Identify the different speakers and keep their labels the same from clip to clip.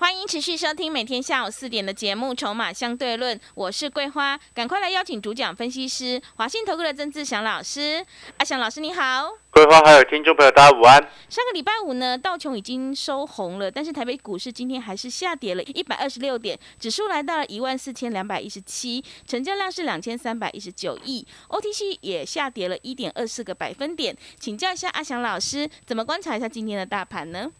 Speaker 1: 欢迎持续收听每天下午四点的节目《筹码相对论》，我是桂花，赶快来邀请主讲分析师华信投顾的曾志祥老师。阿祥老师你好，
Speaker 2: 桂花还有听众朋友，大家午安。
Speaker 1: 上个礼拜五呢，道琼已经收红了，但是台北股市今天还是下跌了一百二十六点，指数来到了一万四千两百一十七，成交量是两千三百一十九亿，OTC 也下跌了一点二四个百分点。请教一下阿祥老师，怎么观察一下今天的大盘呢？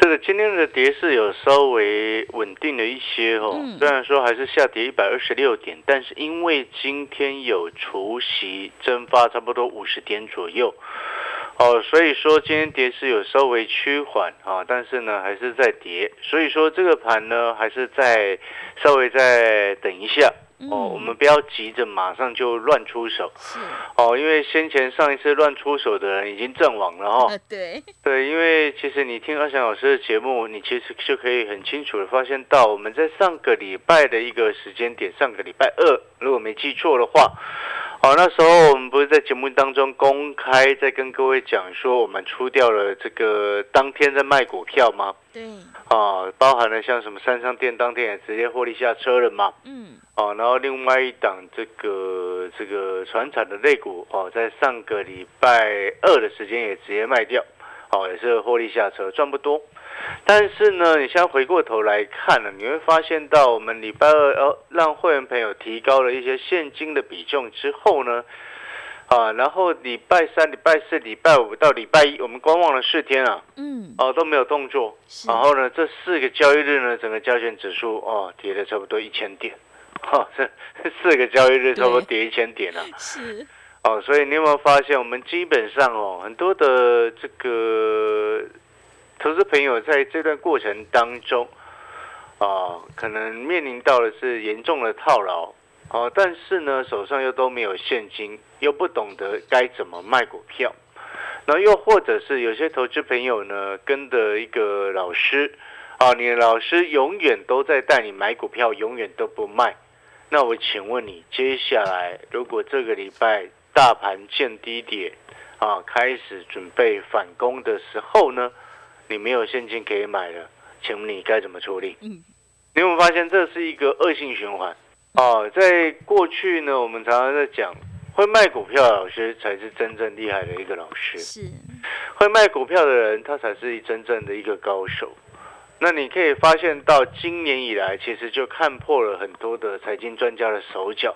Speaker 2: 是的，今天的跌势有稍微稳定了一些哦，
Speaker 1: 嗯
Speaker 2: 虽然说还是下跌一百二十六点，但是因为今天有除夕蒸发差不多五十点左右，哦，所以说今天跌势有稍微趋缓啊，但是呢还是在跌，所以说这个盘呢还是在稍微再等一下哦，
Speaker 1: 嗯
Speaker 2: 我们不要急着马上就乱出手
Speaker 1: 是，
Speaker 2: 哦，因为先前上一次乱出手的人已经阵亡了哦。
Speaker 1: 呃，对，
Speaker 2: 对，因为其实你听二翔老师的节目，你其实就可以很清楚的发现到，我们在上个礼拜的一个时间点，上个礼拜二，如果没记错的话，好，那时候我们不是在节目当中公开在跟各位讲说，我们出掉了这个当天在卖股票吗？
Speaker 1: 对，
Speaker 2: 啊，包含了像什么三商店当天也直接获利下车了嘛？
Speaker 1: 嗯，
Speaker 2: 哦，然后另外一档这个这个船产的类股哦，在上个礼拜二的时间也直接卖掉，哦，也是获利下车，赚不多。但是呢，你现在回过头来看呢，你会发现到我们礼拜二哦，让会员朋友提高了一些现金的比重之后呢，啊，然后礼拜三、礼拜四、礼拜五到礼拜一，我们观望了四天啊，
Speaker 1: 嗯，
Speaker 2: 哦，都没有动作。
Speaker 1: 是，
Speaker 2: 然后呢，这四个交易日呢，整个加权指数哦跌了差不多一千点，哦，这 这四个交易日差不多跌一千点了、啊
Speaker 1: 是，
Speaker 2: 哦，所以你有没有发现，我们基本上哦，很多的这个呃投资朋友在这段过程当中，啊、可能面临到的是严重的套牢，哦，但是呢，手上又都没有现金，又不懂得该怎么卖股票，然后又或者是有些投资朋友呢，跟的一个老师，啊、你的老师永远都在带你买股票，永远都不卖。那我请问你，接下来如果这个礼拜大盘见低点啊，开始准备反攻的时候呢，你没有现金可以买了，请问你该怎么处理？
Speaker 1: 嗯，
Speaker 2: 你有没有发现这是一个恶性循环？哦，在过去呢，我们常常在讲，会卖股票的老师才是真正厉害的一个老师。
Speaker 1: 是，
Speaker 2: 会卖股票的人，他才是真正的一个高手。那你可以发现到，今年以来其实就看破了很多的财经专家的手脚，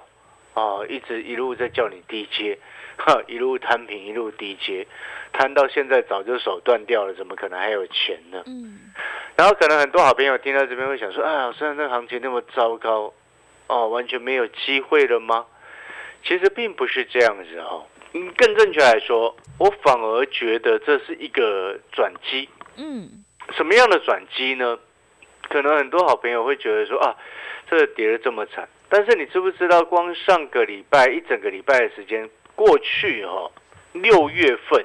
Speaker 2: 啊，一直一路在叫你低接，哈，一路摊平，一路低接，摊到现在早就手断掉了，怎么可能还有钱呢？
Speaker 1: 嗯，
Speaker 2: 然后可能很多好朋友听到这边会想说，啊，虽然那个行情那么糟糕，哦，完全没有机会了吗？其实并不是这样子哦。嗯，更正确来说，我反而觉得这是一个转机。
Speaker 1: 嗯，
Speaker 2: 什么样的转机呢？可能很多好朋友会觉得说啊，这个跌得这么惨，但是你知不知道，光上个礼拜一整个礼拜的时间过去哦，六月份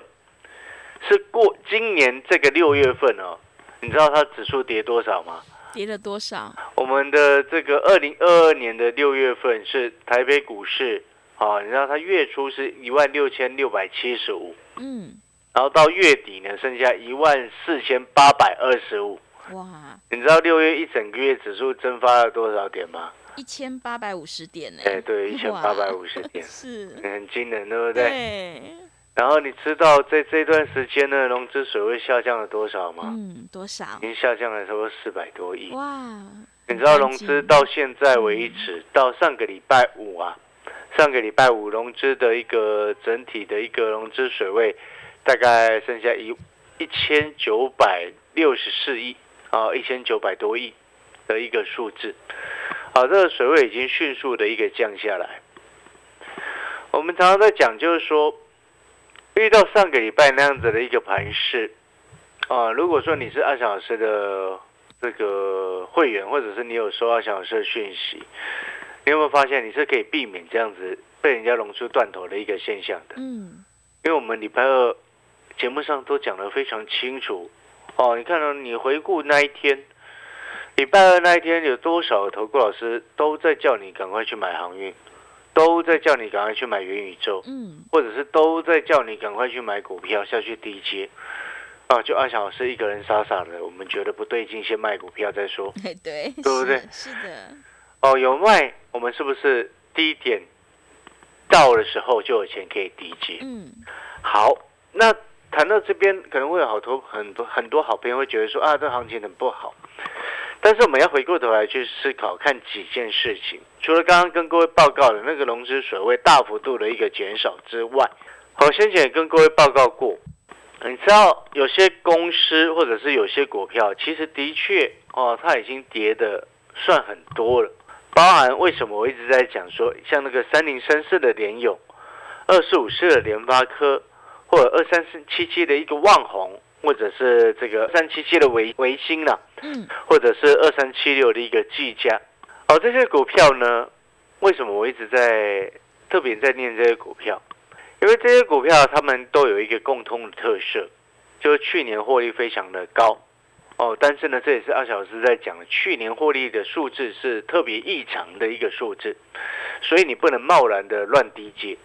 Speaker 2: 是过今年这个六月份哦，你知道它指数跌多少吗？
Speaker 1: 跌了多少？
Speaker 2: 我们的这个二零二二年的六月份是台北股市啊，你知道它月初是一万六千六百七十五，
Speaker 1: 嗯，
Speaker 2: 然后到月底呢剩下一万四千八百二十五。
Speaker 1: 哇，
Speaker 2: 你知道六月一整个月指数蒸发了多少点吗？
Speaker 1: 一千八百五十点呢、
Speaker 2: 哎、对，一千八百五十 点，
Speaker 1: 是，
Speaker 2: 很惊人，对不对？
Speaker 1: 对，
Speaker 2: 然后你知道在这段时间呢，融资水位下降了多少吗？
Speaker 1: 嗯，多少
Speaker 2: 已？经下降了差不多四百多亿。
Speaker 1: 哇，
Speaker 2: 你知道
Speaker 1: 很
Speaker 2: 融
Speaker 1: 干净
Speaker 2: 资到现在为止，到上个礼拜五啊，上个礼拜五融资的一个整体的一个融资水位，大概剩下一一千九百六十四亿啊，一千九百多亿的一个数字。好、这个水位已经迅速的一个降下来。我们常常在讲，就是说，遇到上个礼拜那样子的一个盘势，啊，如果说你是阿翔老师的这个会员，或者是你有收到小社讯息，你有没有发现你是可以避免这样子被人家龙出断头的一个现象的？
Speaker 1: 嗯，
Speaker 2: 因为我们礼拜二节目上都讲得非常清楚哦。你看到、你回顾那一天，礼拜二那一天有多少投顾老师都在叫你赶快去买航运，都在叫你赶快去买元宇宙，
Speaker 1: 嗯，
Speaker 2: 或者是都在叫你赶快去买股票下去低接。啊，就阿翔老师一个人傻傻的，我们觉得不对劲，先卖股票再说。
Speaker 1: 嘿对，对
Speaker 2: 不对
Speaker 1: 是的，
Speaker 2: 哦，有卖，我们是不是低点到的时候就有钱可以低接？
Speaker 1: 嗯，
Speaker 2: 好，那谈到这边，可能会有好多很多很多好朋友会觉得说啊，这行情很不好。但是我们要回过头来去思考，看几件事情。除了刚刚跟各位报告的那个融资水位大幅度的一个减少之外，我先前也跟各位报告过，你知道有些公司或者是有些股票，其实的确哦，它已经跌的算很多了。包含为什么我一直在讲说，像那个三零三四的联勇，二四五四的联发科，或者二三四七七的一个旺宏，或者是这个三七七的维维新啦、
Speaker 1: 嗯，
Speaker 2: 或者是二三七六的一个计价。哦，这些股票呢，为什么我一直在特别在念这些股票？因为这些股票它们都有一个共通的特色，就是去年获利非常的高。哦，但是呢，这也是二小时在讲的，去年获利的数字是特别异常的一个数字，所以你不能贸然的乱低接。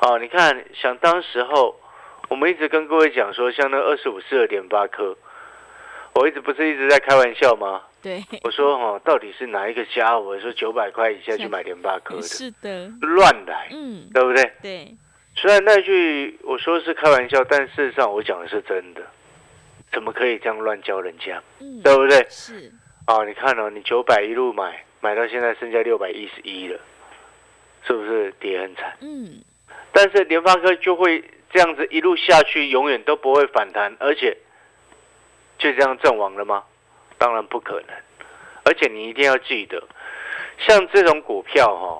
Speaker 2: 哦，你看，想当时候，我们一直跟各位讲说，像那二十五四二点八颗，我一直不是一直在开玩笑吗？
Speaker 1: 对，
Speaker 2: 我说哦，到底是哪一个家伙说九百块以下去买联发科的，
Speaker 1: 是的，
Speaker 2: 乱来，
Speaker 1: 嗯，
Speaker 2: 对不对？
Speaker 1: 对，
Speaker 2: 虽然那句我说是开玩笑，但事实上我讲的是真的。怎么可以这样乱教人家，
Speaker 1: 嗯，
Speaker 2: 对不对？
Speaker 1: 是，
Speaker 2: 哦，你看哦，你九百一路买，买到现在剩下六百一十一了，是不是跌很惨？
Speaker 1: 嗯，
Speaker 2: 但是联发科就会这样子一路下去，永远都不会反弹，而且就这样阵亡了吗？当然不可能。而且你一定要记得，像这种股票哈、哦，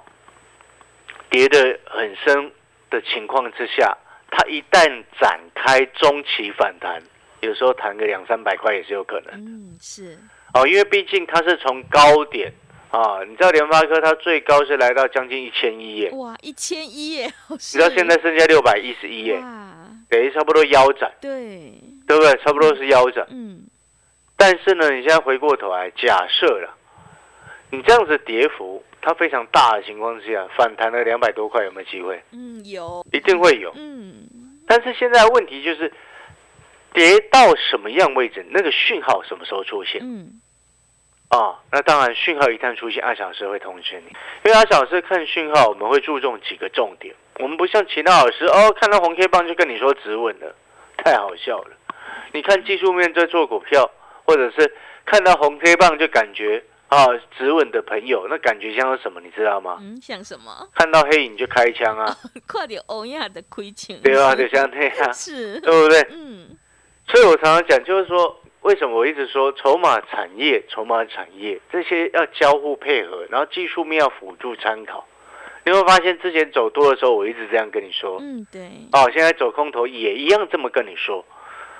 Speaker 2: 跌得很深的情况之下，它一旦展开中期反弹，有时候弹个两三百块也是有可能。
Speaker 1: 嗯，是，
Speaker 2: 哦，因为毕竟它是从高点啊，你知道联发科它最高是来到将近一千一耶，
Speaker 1: 哇，一千一耶， 你
Speaker 2: 你知道现在剩下六百一十一耶，
Speaker 1: 哇，
Speaker 2: 等于差不多腰斩，
Speaker 1: 对，
Speaker 2: 对不对？差不多是腰斩。
Speaker 1: 嗯，
Speaker 2: 但是呢，你现在回过头来，假设了你这样子跌幅它非常大的情况之下，反弹了两百多块，有没有机会？
Speaker 1: 嗯，有，
Speaker 2: 一定会有。
Speaker 1: 嗯，
Speaker 2: 但是现在问题就是，跌到什么样位置，那个讯号什么时候出现？
Speaker 1: 嗯，
Speaker 2: 哦，那当然，讯号一旦出现，阿小师会通知你。因为阿小师看讯号，我们会注重几个重点。我们不像其他老师哦，看到红 K 棒就跟你说止稳了，太好笑了。你看技术面在做股票，或者是看到红 K 棒就感觉啊止稳的朋友，那感觉像是什么，你知道吗？
Speaker 1: 嗯，像什么？
Speaker 2: 看到黑影就开枪啊，
Speaker 1: 快点欧亚的亏钱，
Speaker 2: 对吧？就像那 样，
Speaker 1: 是，
Speaker 2: 对不对？
Speaker 1: 嗯，
Speaker 2: 所以我常常讲，就是说，为什么我一直说筹码产业、筹码产业这些要交互配合，然后技术面要辅助参考。你会发现，之前走多的时候，我一直这样跟你说，
Speaker 1: 嗯，对，
Speaker 2: 哦，现在走空头也一样这么跟你说，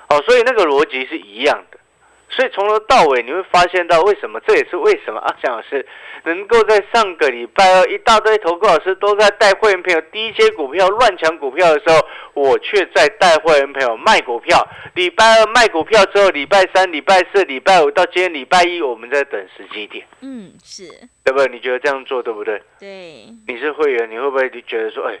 Speaker 2: 哦，所以那个逻辑是一样的。所以从头到尾，你会发现到为什么，这也是为什么阿翔老师能够在上个礼拜二一大堆投顾老师都在带会员朋友低阶股票、乱抢股票的时候，我却在带会员朋友卖股票。礼拜二卖股票之后，礼拜三、礼拜四、礼拜五到今天礼拜一，我们在等时机点，
Speaker 1: 嗯，是，
Speaker 2: 对不对？你觉得这样做对不对？
Speaker 1: 对，
Speaker 2: 你是会员，你会不会觉得说，哎，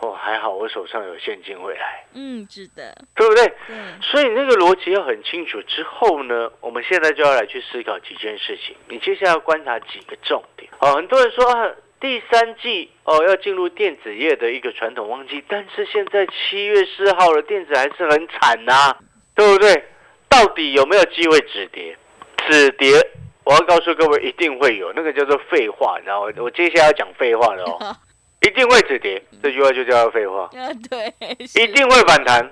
Speaker 2: 哦，还好我手上有现金回来，
Speaker 1: 嗯，值得，
Speaker 2: 对不对？
Speaker 1: 对，
Speaker 2: 所以那个逻辑要很清楚之后呢，我们现在就要来去思考几件事情。你接下来要观察几个重点哦。很多人说啊，第三季哦要进入电子业的一个传统旺季，但是现在七月四号了，电子还是很惨呐、对不对？到底有没有机会止跌？止跌，我要告诉各位，一定会有，那个叫做废话。然后我接下来要讲废话 了哦，一定会止跌，这句话就叫做废话。
Speaker 1: 啊，对，是
Speaker 2: 一定会反弹。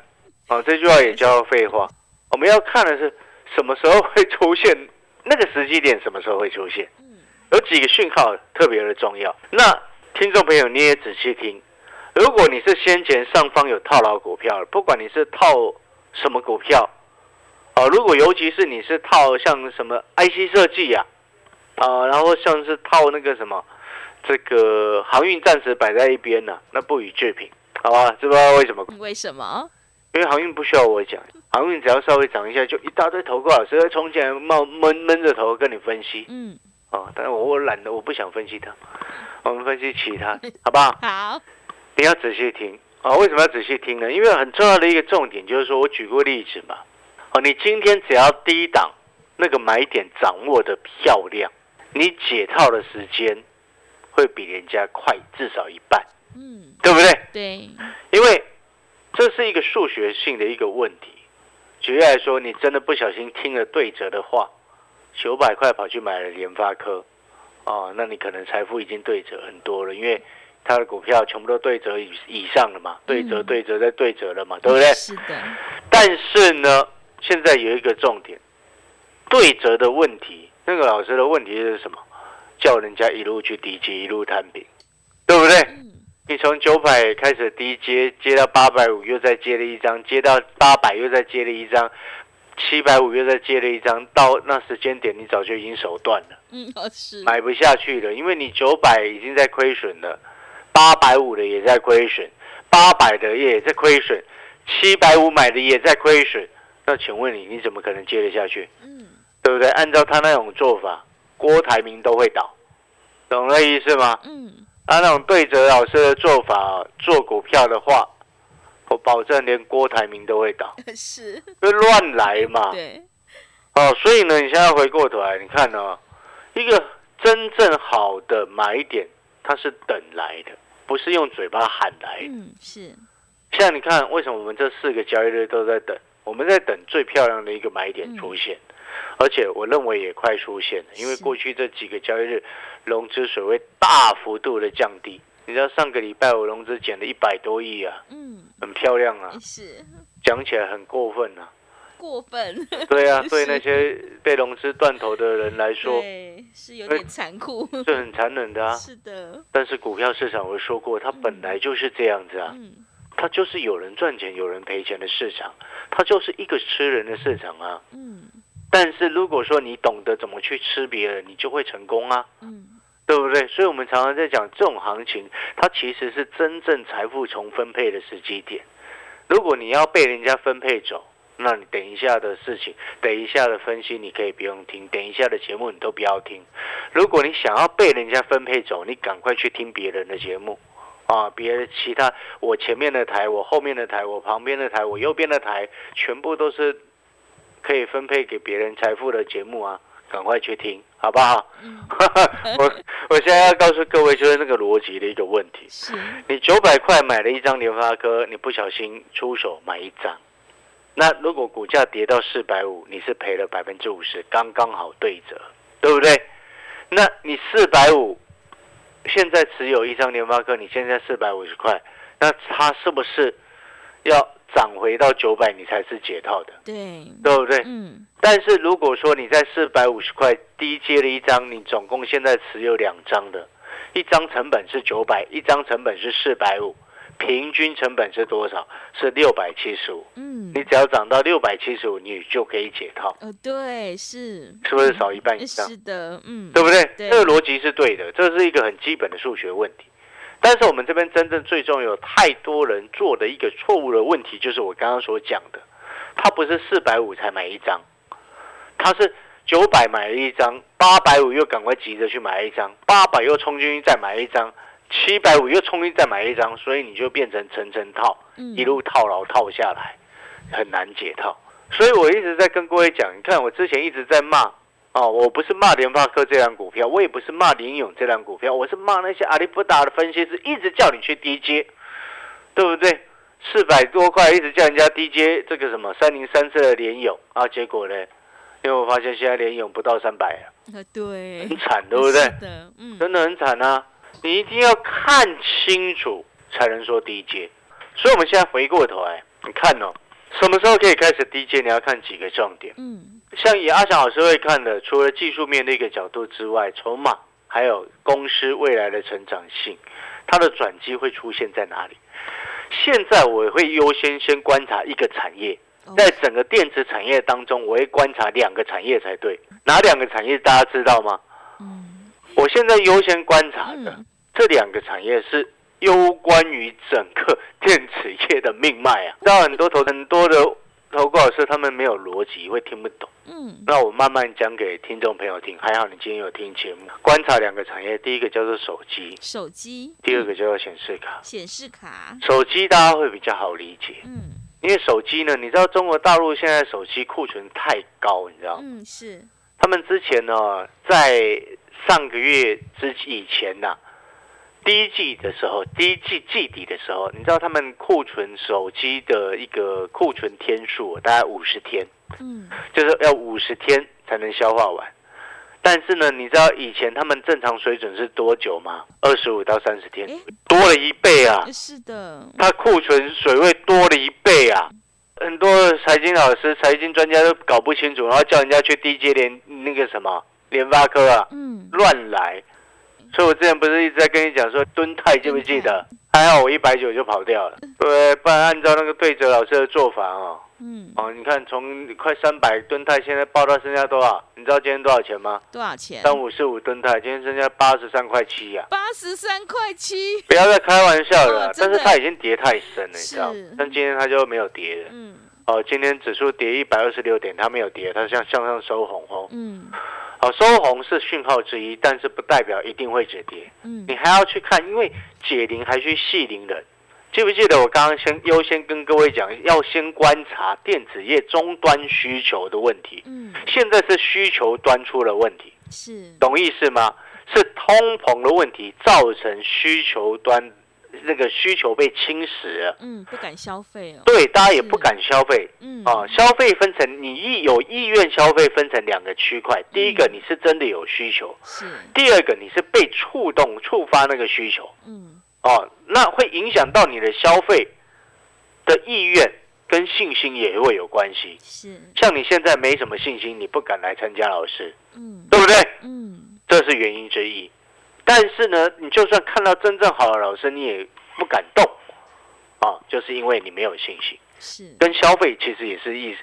Speaker 2: 哦，这句话也叫废话。我们要看的是什么时候会出现那个时机点，什么时候会出现，
Speaker 1: 嗯
Speaker 2: 有几个讯号特别的重要。那听众朋友你也仔细听，如果你是先前上方有套牢股票，不管你是套什么股票，哦、如果尤其是你是套像什么 IC 设计呀、啊，啊、然后像是套那个什么，这个航运暂时摆在一边了、那不予置评，好吧？知不知道为什么？
Speaker 1: 为什么？
Speaker 2: 因为航运不需要我讲，航运只要稍微涨一下，就一大堆投顾老师会冲进来冒闷闷着头跟你分析
Speaker 1: 嗯，
Speaker 2: 哦，但是我我懒得，我不想分析它，我们分析其他，好不好？
Speaker 1: 好，
Speaker 2: 你要仔细听啊！为什么要仔细听呢？因为很重要的一个重点就是说，我举过例子嘛，哦，你今天只要低档那个买点掌握的漂亮，你解套的时间会比人家快至少一半，
Speaker 1: 嗯，
Speaker 2: 对不对？
Speaker 1: 对，
Speaker 2: 因为这是一个数学性的一个问题。举例来说，你真的不小心听了对折的话，九百块跑去买了联发科，哦，那你可能财富已经对折很多了，因为它的股票全部都对折以以上了嘛，对折、
Speaker 1: 嗯
Speaker 2: 对折再对折了嘛，对不对？
Speaker 1: 是的，
Speaker 2: 但是呢，现在有一个重点，对折的问题，那个老师的问题是什么？叫人家一路去低接，一路摊平，对不对？
Speaker 1: 嗯，
Speaker 2: 你从九百开始低接，接到八百五，又再接了一张，接到八百又再接了一张，七百五又再接了一张，到那时间点你早就已经手断了，
Speaker 1: 嗯，哦，是，
Speaker 2: 买不下去了，因为你九百已经在亏损了，八百五的也在亏损，八百的也在亏损，七百五买的也在亏损，那请问你你怎么可能接得下去？
Speaker 1: 嗯
Speaker 2: 对不对？按照他那种做法，郭台铭都会倒，懂那意思吗？
Speaker 1: 嗯，
Speaker 2: 他啊那种对折老师的做法做股票的话，我保证连郭台铭都会 倒，
Speaker 1: 是，
Speaker 2: 就乱来嘛。
Speaker 1: 对，
Speaker 2: 哦，所以呢，你现在回过头来，你看哦，一个真正好的买点，它是等来的，不是用嘴巴喊来的。
Speaker 1: 嗯，是，
Speaker 2: 像你看，为什么我们这四个交易日都在等？我们在等最漂亮的一个买点出现，而且我认为也快出现了，因为
Speaker 1: 嗯是
Speaker 2: 过去这几个交易日融资水位大幅度的降低。你知道上个礼拜我融资减了一百多亿啊，
Speaker 1: 嗯，
Speaker 2: 很漂亮啊，
Speaker 1: 是
Speaker 2: 讲起来很过分啊。
Speaker 1: 过分，
Speaker 2: 对啊，
Speaker 1: 是
Speaker 2: 对那些被融资断头的人来 说
Speaker 1: 对，是有
Speaker 2: 对
Speaker 1: 点残酷，
Speaker 2: 是很残忍的啊。
Speaker 1: 是的，
Speaker 2: 但是股票市场我说过，它本来就是这样子啊。
Speaker 1: 嗯，
Speaker 2: 它就是有人赚钱、有人赔钱的市场，它就是一个吃人的市场啊。
Speaker 1: 嗯，
Speaker 2: 但是如果说你懂得怎么去吃别人，你就会成功啊，
Speaker 1: 嗯，
Speaker 2: 对不对？所以我们常常在讲这种行情，它其实是真正财富重分配的时机点。如果你要被人家分配走，那你等一下的事情，等一下的分析你可以不用听，等一下的节目你都不要听。如果你想要被人家分配走，你赶快去听别人的节目。啊，别的其他，我前面的台，我后面的台，我旁边的台，我右边的台，全部都是可以分配给别人财富的节目啊，赶快去听，好不好？
Speaker 1: 嗯，
Speaker 2: 我我现在要告诉各位，就是那个逻辑的一个问题。
Speaker 1: 是，
Speaker 2: 你九百块买了一张联发科，你不小心出手买一张，那如果股价跌到四百五，你是赔了百分之五十，刚刚好对折，对不对？那你四百五，现在持有一张联发科，你现在四百五十块，那它是不是要涨回到九百你才是解套的，
Speaker 1: 对，
Speaker 2: 对不对？
Speaker 1: 嗯，
Speaker 2: 但是如果说你在四百五十块低接了一张，你总共现在持有两张的，一张成本是九百，一张成本是四百五，平均成本是多少？是六百七十五。
Speaker 1: 嗯，
Speaker 2: 你只要涨到六百七十五，你就可以解套，
Speaker 1: 呃，对，是，嗯
Speaker 2: 是不是少一半以上？
Speaker 1: 是的，嗯，
Speaker 2: 对不对？
Speaker 1: 对
Speaker 2: 这个逻辑是对的，这是一个很基本的数学问题。但是我们这边真正最重要，有太多人做的一个错误的问题，就是我刚刚所讲的，他不是四百五才买一张，他是九百买了一张，八百五又赶快急着去买一张，八百又冲进去再买一张，七百五又冲进去再买一张，所以你就变成层层套。
Speaker 1: 嗯，
Speaker 2: 一路套牢套下来，很难解套。所以我一直在跟各位讲，你看我之前一直在骂哦，我不是骂联发科这档股票，我也不是骂林勇这档股票，我是骂那些阿里不达的分析师，一直叫你去低接，对不对？四百多块一直叫人家低接这个什么三零三四的联勇啊，结果呢？因为我发现现在联勇不到三百了，
Speaker 1: 呃，对
Speaker 2: 很，惨，对不对？
Speaker 1: 是的，嗯，
Speaker 2: 真的很惨啊！你一定要看清楚才能说低阶。所以我们现在回过头来，你看哦，什么时候可以开始低阶？你要看几个重点。
Speaker 1: 嗯，
Speaker 2: 像以阿翔老师会看的，除了技术面的一个角度之外，筹码还有公司未来的成长性，它的转机会出现在哪里？现在我会优先先观察一个产业，
Speaker 1: 哦
Speaker 2: 在整个电子产业当中，我会观察两个产业才对。哪两个产业大家知道吗？
Speaker 1: 嗯
Speaker 2: 我现在优先观察的
Speaker 1: 嗯
Speaker 2: 这两个产业是攸关于整个电子业的命脉啊。 知道很多投很多的投顾老师他们没有逻辑，会听不懂。
Speaker 1: 嗯
Speaker 2: 那我慢慢讲给听众朋友听。还好你今天有听节目，观察两个产业，第一个叫做手机，
Speaker 1: 手机，
Speaker 2: 第二个叫做显示卡。
Speaker 1: 嗯显示卡，
Speaker 2: 手机大家会比较好理解，
Speaker 1: 嗯
Speaker 2: 因为手机呢，你知道中国大陆现在手机库存太高，你知道吗？
Speaker 1: 嗯是，
Speaker 2: 他们之前呢，在上个月之以前呐、第一季的时候，第一季季底的时候，你知道他们库存手机的一个库存天数大概五十天，
Speaker 1: 嗯
Speaker 2: 就是要五十天才能消化完。但是呢，你知道以前他们正常水准是多久吗？二十五到三十天
Speaker 1: 诶，
Speaker 2: 多了一倍啊！
Speaker 1: 是的，
Speaker 2: 它库存水位多了一倍啊！很多财经老师、财经专家都搞不清楚，然后叫人家去低阶联那个什么联发科啊，
Speaker 1: 嗯
Speaker 2: 乱来。所以我之前不是一直在跟你讲说蹲泰记不记得？还好我一百九就跑掉了，对，不然按照那个对折老师的做法哦，
Speaker 1: 嗯，
Speaker 2: 哦，你看从快三百蹲泰现在报到剩下多少？你知道今天多少钱吗？
Speaker 1: 多少钱？
Speaker 2: 三五四五蹲泰，今天剩下八十三块七啊呀、
Speaker 1: 八十三块七，
Speaker 2: 不要再开玩笑了啊、
Speaker 1: 哦真
Speaker 2: 但
Speaker 1: 的
Speaker 2: 是它已经跌太深了，你知道吗
Speaker 1: 是？
Speaker 2: 但今天它就没有跌了。
Speaker 1: 嗯
Speaker 2: 哦，今天指数跌一百二十六点，它没有跌，它向向上收红哦。
Speaker 1: 嗯
Speaker 2: 好，收红是讯号之一，但是不代表一定会止跌。
Speaker 1: 嗯
Speaker 2: 你还要去看，因为解铃还需系铃人。记不记得我刚刚先优先跟各位讲，要先观察电子业终端需求的问题。
Speaker 1: 嗯
Speaker 2: 现在是需求端出了问题，
Speaker 1: 是，
Speaker 2: 懂意思吗？是通膨的问题造成需求端那个需求被侵蚀了，
Speaker 1: 嗯不敢消费哦，
Speaker 2: 对，大家也
Speaker 1: 是
Speaker 2: 不敢消费，
Speaker 1: 嗯
Speaker 2: 哦，消费分成你意有意愿消费分成两个区块，第一个你是真的有需求，
Speaker 1: 是，
Speaker 2: 第二个你是被触动触发那个需求
Speaker 1: 嗯
Speaker 2: 哦，那会影响到你的消费的意愿跟信心也会有关系。
Speaker 1: 是，
Speaker 2: 像你现在没什么信心，你不敢来参加老师，
Speaker 1: 嗯
Speaker 2: 对不对？
Speaker 1: 嗯
Speaker 2: 这是原因之一。但是呢，你就算看到真正好的老师，你也不敢动啊、哦，就是因为你没有信心。
Speaker 1: 是
Speaker 2: 跟消费其实也是意思，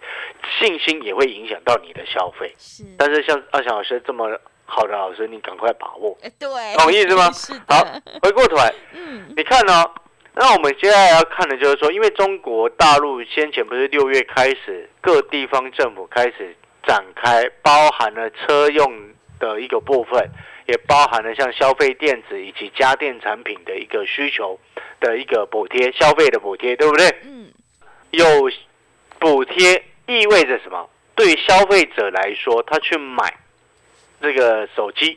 Speaker 2: 信心也会影响到你的消费。
Speaker 1: 是，
Speaker 2: 但是像阿翔老师这么好的老师，你赶快把握。
Speaker 1: 哎对，
Speaker 2: 懂意思 吗
Speaker 1: 是
Speaker 2: 好
Speaker 1: 的，
Speaker 2: 回过头来，
Speaker 1: 嗯
Speaker 2: 你看哦，那我们接下来要看的就是说，因为中国大陆先前不是六月开始，各地方政府开始展开，包含了车用的一个部分，也包含了像消费电子以及家电产品的一个需求的一个补贴，消费的补贴，对不对？
Speaker 1: 嗯
Speaker 2: 有补贴意味着什么？对消费者来说，他去买这个手机，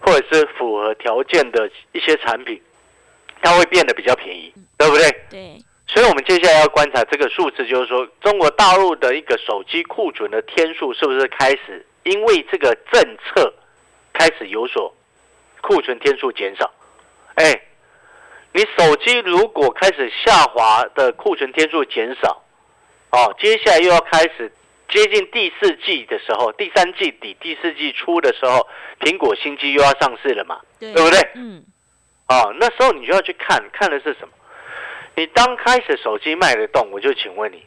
Speaker 2: 或者是符合条件的一些产品，它会变得比较便宜，对不对？
Speaker 1: 对，
Speaker 2: 所以我们接下来要观察这个数字，就是说中国大陆的一个手机库存的天数是不是开始因为这个政策开始有所库存天数减少？哎，你手机如果开始下滑的库存天数减少，哦，接下来又要开始接近第四季的时候，第三季底、第四季初的时候，苹果新机又要上市了嘛？
Speaker 1: 对
Speaker 2: 对不对
Speaker 1: 嗯
Speaker 2: 哦，那时候你就要去看看的是什么。你刚开始手机卖得动，我就请问你，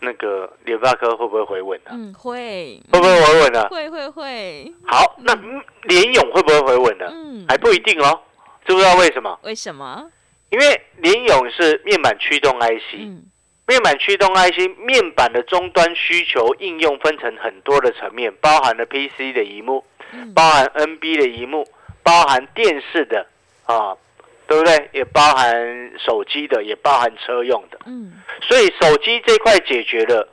Speaker 2: 那个联发科会不会回稳呢、
Speaker 1: 嗯会，
Speaker 2: 啊
Speaker 1: 嗯
Speaker 2: 会不会回稳呢、啊
Speaker 1: 会会会，
Speaker 2: 好，那联勇会不会回稳呢、
Speaker 1: 嗯，
Speaker 2: 啊还不一定哦，知不知道为什么？
Speaker 1: 为什么？
Speaker 2: 因为联勇是面板驱动 IC，
Speaker 1: 嗯
Speaker 2: 面板驱动 IC 面板的终端需求应用分成很多的层面，包含了 PC 的荧幕，
Speaker 1: 嗯
Speaker 2: 包含 NB 的荧幕，包含电视的啊，对不对？也包含手机的，也包含车用的。
Speaker 1: 嗯
Speaker 2: 所以手机这块解决了，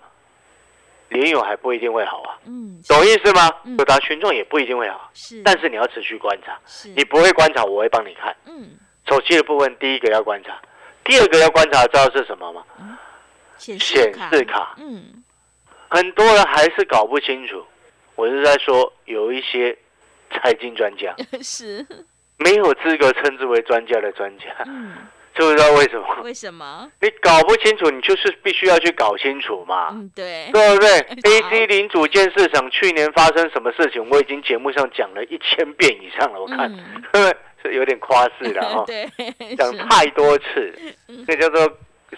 Speaker 2: 联友还不一定会好啊，
Speaker 1: 嗯
Speaker 2: 懂意思吗？
Speaker 1: 嗯
Speaker 2: 有达群众也不一定会好，啊
Speaker 1: 是，
Speaker 2: 但是你要持续观察，
Speaker 1: 是
Speaker 2: 你不会观察，我会帮你看。
Speaker 1: 嗯
Speaker 2: 手机的部分，第一个要观察，第二个要观察，知道是什么吗？
Speaker 1: 显
Speaker 2: 显示卡
Speaker 1: 嗯
Speaker 2: 很多人还是搞不清楚。我是在说，有一些财经专家，
Speaker 1: 是
Speaker 2: 没有资格称之为专家的专家，
Speaker 1: 嗯
Speaker 2: 知不知道为什么？
Speaker 1: 为什么？
Speaker 2: 你搞不清楚，你就是必须要去搞清楚嘛，
Speaker 1: 嗯哎对
Speaker 2: 啊对不对
Speaker 1: 对
Speaker 2: ？A C 零组件市场去年发生什么事情，我已经节目上讲了一千遍以上了，我看，
Speaker 1: 嗯
Speaker 2: 对不对？是有点夸饰了哦，
Speaker 1: 对
Speaker 2: 讲
Speaker 1: 是嗯
Speaker 2: 太多次，那叫做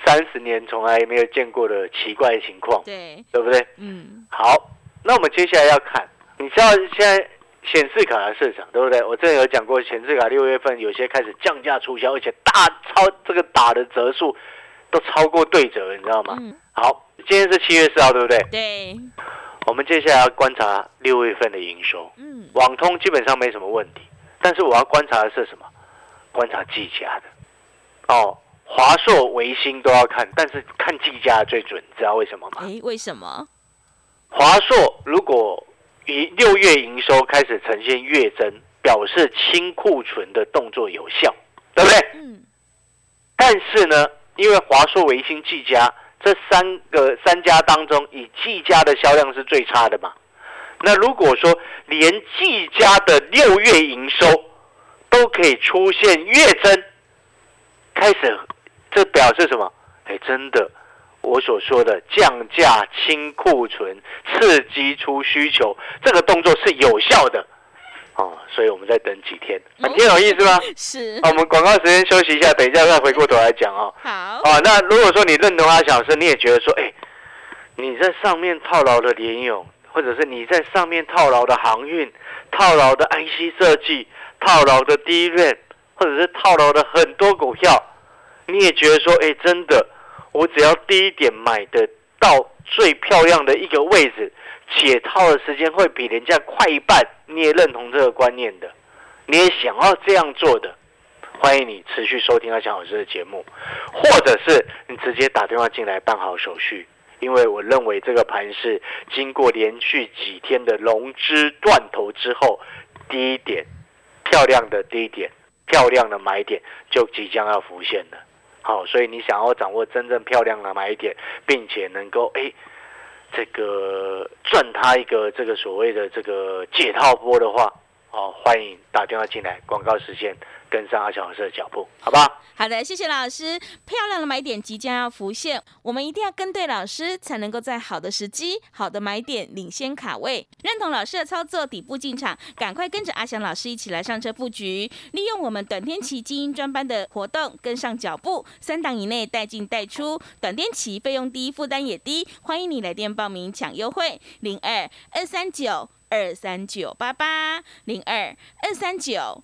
Speaker 2: 三十年从来没有见过的奇怪情况，
Speaker 1: 对，
Speaker 2: 对不对？
Speaker 1: 嗯，
Speaker 2: 好，那我们接下来要看，你知道现在显示卡的市场对不对？我之前有讲过，显示卡六月份有些开始降价促销，而且大超这个打的折数都超过对折，你知道吗？
Speaker 1: 嗯，
Speaker 2: 好，今天是七月四号，对不对？
Speaker 1: 对，
Speaker 2: 我们接下来要观察六月份的营收，
Speaker 1: 嗯，
Speaker 2: 网通基本上没什么问题，但是我要观察的是什么？观察技嘉的哦，华硕、维新都要看，但是看技嘉最准，你知道为什么吗？
Speaker 1: 哎，为什么？
Speaker 2: 华硕如果以六月营收开始呈现月增，表示清库存的动作有效，对不对？
Speaker 1: 嗯，
Speaker 2: 但是呢，因为华硕、维新、技嘉这三个三家当中，以技嘉的销量是最差的嘛。那如果说连技嘉的六月营收都可以出现月增，开始这表示什么？哎，真的，我所说的降价清库存、刺激出需求，这个动作是有效的。哦，所以我们再等几天，
Speaker 1: 嗯
Speaker 2: 啊你听懂意思哦吗？
Speaker 1: 哦是
Speaker 2: 好，，我们广告时间休息一下，等一下再回过头来讲哦。
Speaker 1: 好，
Speaker 2: 啊，那如果说你认同阿小生，你也觉得说，哎、你在上面套牢了联勇，或者是你在上面套牢的航运、套牢的 IC 设计、套牢的 D 润，或者是套牢的很多股票，你也觉得说，哎、真的，我只要低一点买的到最漂亮的一个位置，解套的时间会比人家快一半，你也认同这个观念的，你也想要这样做的。欢迎你持续收听阿强老师的节目，或者是你直接打电话进来办好手续，因为我认为这个盘是经过连续几天的融资断头之后，第一点漂亮的低点、漂亮的买点就即将要浮现了。好，所以你想要掌握真正漂亮的买点，并且能够哎。这个赚它一个这个所谓的这个解套波的话，哦，欢迎打电话进来，广告时间跟上阿强老师的脚步，好吧？
Speaker 1: 好的，谢谢老师。漂亮的买点即将要浮现，我们一定要跟对老师，才能够在好的时机、好的买点领先卡位。认同老师的操作，底部进场，赶快跟着阿翔老师一起来上车布局，利用我们短天期精英专班的活动跟上脚步，三档以内带进带出，短天期费用低，负担也低。欢迎你来电报名抢优惠，零二二三九二三九八八零二二三九。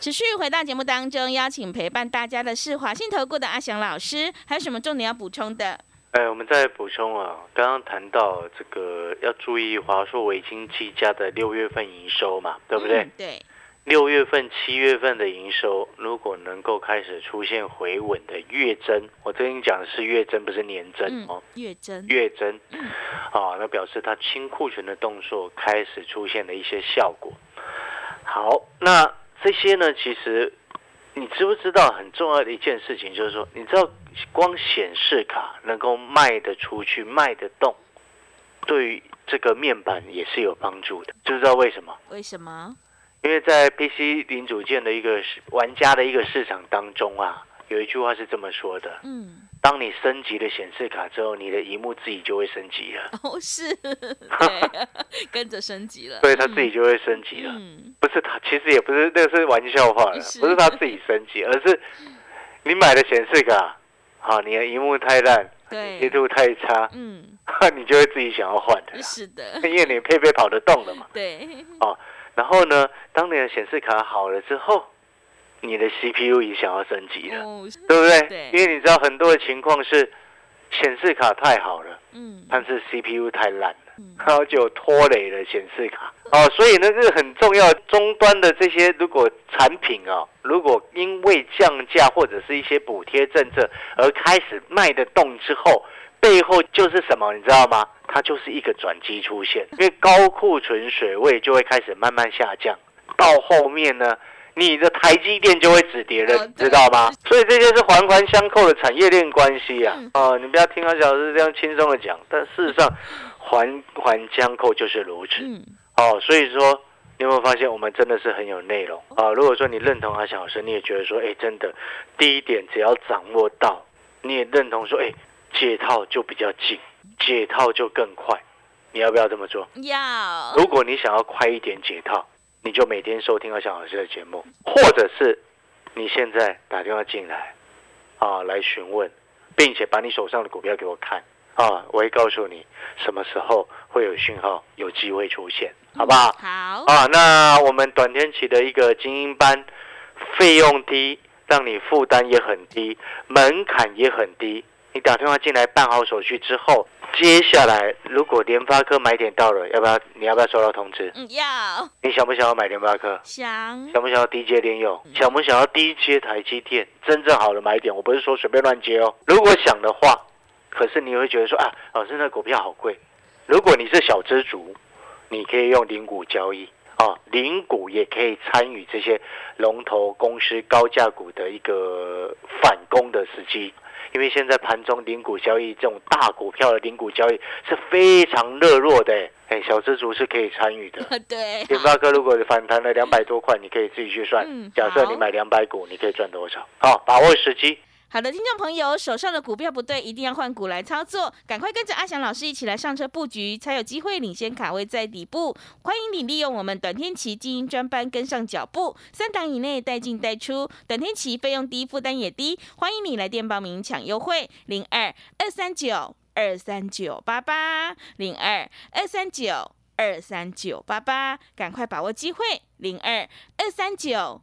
Speaker 1: 持续回到节目当中，邀请陪伴大家的是华信投顾的阿翔老师，还有什么重点要补充的？
Speaker 2: 哎，我们再补充啊，刚刚谈到这个要注意华硕、维京、技嘉的六月份营收嘛，对不对
Speaker 1: 嗯？对，
Speaker 2: 六、月份、七月份的营收如果能够开始出现回稳的月增，我这边讲的是月增，不是年增、
Speaker 1: 嗯
Speaker 2: 哦。，
Speaker 1: 月真，
Speaker 2: 月增，啊，那表示它清库存的动作开始出现了一些效果。好，那这些呢，其实你知不知道很重要的一件事情，就是说，你知道光显示卡能够卖得出去、卖得动，对于这个面板也是有帮助的。知不知道为什么？
Speaker 1: 为什么？
Speaker 2: 因为在 PC 零组件的一个市玩家的一个市场当中啊，有一句话是这么说的：
Speaker 1: 嗯，
Speaker 2: 当你升级了显示卡之后，你的荧幕自己就会升级了。
Speaker 1: 哦，是，对， 跟着升级了，
Speaker 2: 对他自己就会升级了。
Speaker 1: 嗯，
Speaker 2: 不是他，其实也不是，那是玩笑话了，
Speaker 1: 是
Speaker 2: 不是他 自己升级，而是你买的显示卡，好，你的荧幕太烂，贴
Speaker 1: 对，
Speaker 2: 图太差，
Speaker 1: 嗯，
Speaker 2: 你就会自己想要换的啦，
Speaker 1: 是的，
Speaker 2: 因为你配备跑得动了嘛。
Speaker 1: 对，
Speaker 2: 然后呢，当你的显示卡好了之后，你的 CPU 也想要升级了，
Speaker 1: 哦，
Speaker 2: 对不对？
Speaker 1: 对
Speaker 2: 因为你知道很多的情况是显示卡太好了，
Speaker 1: 嗯，
Speaker 2: 但是 CPU 太烂了，然后就拖累了显示卡哦，所以呢，这个很重要。终端的这些如果产品哦，如果因为降价或者是一些补贴政策而开始卖得动之后，背后就是什么，你知道吗？它就是一个转机 出现，因为高库存水位就会开始慢慢下降，到后面呢，你的台积电就会止跌了，
Speaker 1: 哦
Speaker 2: 你
Speaker 1: 对
Speaker 2: 知道吗？所以这就是环环相扣的产业链关系啊
Speaker 1: 嗯！
Speaker 2: 哦，你不要听阿小是这样轻松的讲，但事实上环环相扣就是如此。
Speaker 1: 嗯，
Speaker 2: 哦，所以说你有没有发现我们真的是很有内容啊、如果说你认同阿翔老师，你也觉得说，哎，真的，第一点只要掌握到，你也认同说，哎，解套就比较近，解套就更快，你要不要这么做？
Speaker 1: 嗯要
Speaker 2: 如果你想要快一点解套，你就每天收听阿翔老师的节目，或者是你现在打电话进来啊，来询问，并且把你手上的股票给我看啊，我会告诉你什么时候会有讯号，有机会出现，好不好？
Speaker 1: 好，
Speaker 2: 啊，那我们短天期的一个精英班，费用低，让你负担也很低，门槛也很低。你打电话进来办好手续之后，接下来如果联发科买点到了，要不要？你要不要收到通知？
Speaker 1: 嗯，要
Speaker 2: 你想不想要买联发科？
Speaker 1: 想
Speaker 2: 想不想要低阶联友？想不想要低阶台积电？真正好的买点，我不是说随便乱接哦。如果想的话，可是你会觉得说啊，老师那股票好贵。如果你是小资族，你可以用零股交易啊，零股也可以参与这些龙头公司高价股的一个反攻的时机。因为现在盘中零股交易这种大股票的零股交易是非常热络的，哎，小资族是可以参与的。
Speaker 1: 对，
Speaker 2: 联发科如果反弹了两百多块，你可以自己去算。
Speaker 1: 嗯
Speaker 2: 假设
Speaker 1: 好
Speaker 2: 你买两百股，你可以赚多少？好，把握时机。
Speaker 1: 好的，听众朋友，手上的股票不对，一定要换股来操作，赶快跟着阿翔老师一起来上车布局，才有机会领先卡位在底部。欢迎你利用我们短天期精英专班跟上脚步，三档以内带进带出，短天期费用低，负担也低。欢迎你来电报名抢优惠，零二二三九二三九八八零二二三九二三九八八，赶快把握机会，零二二三九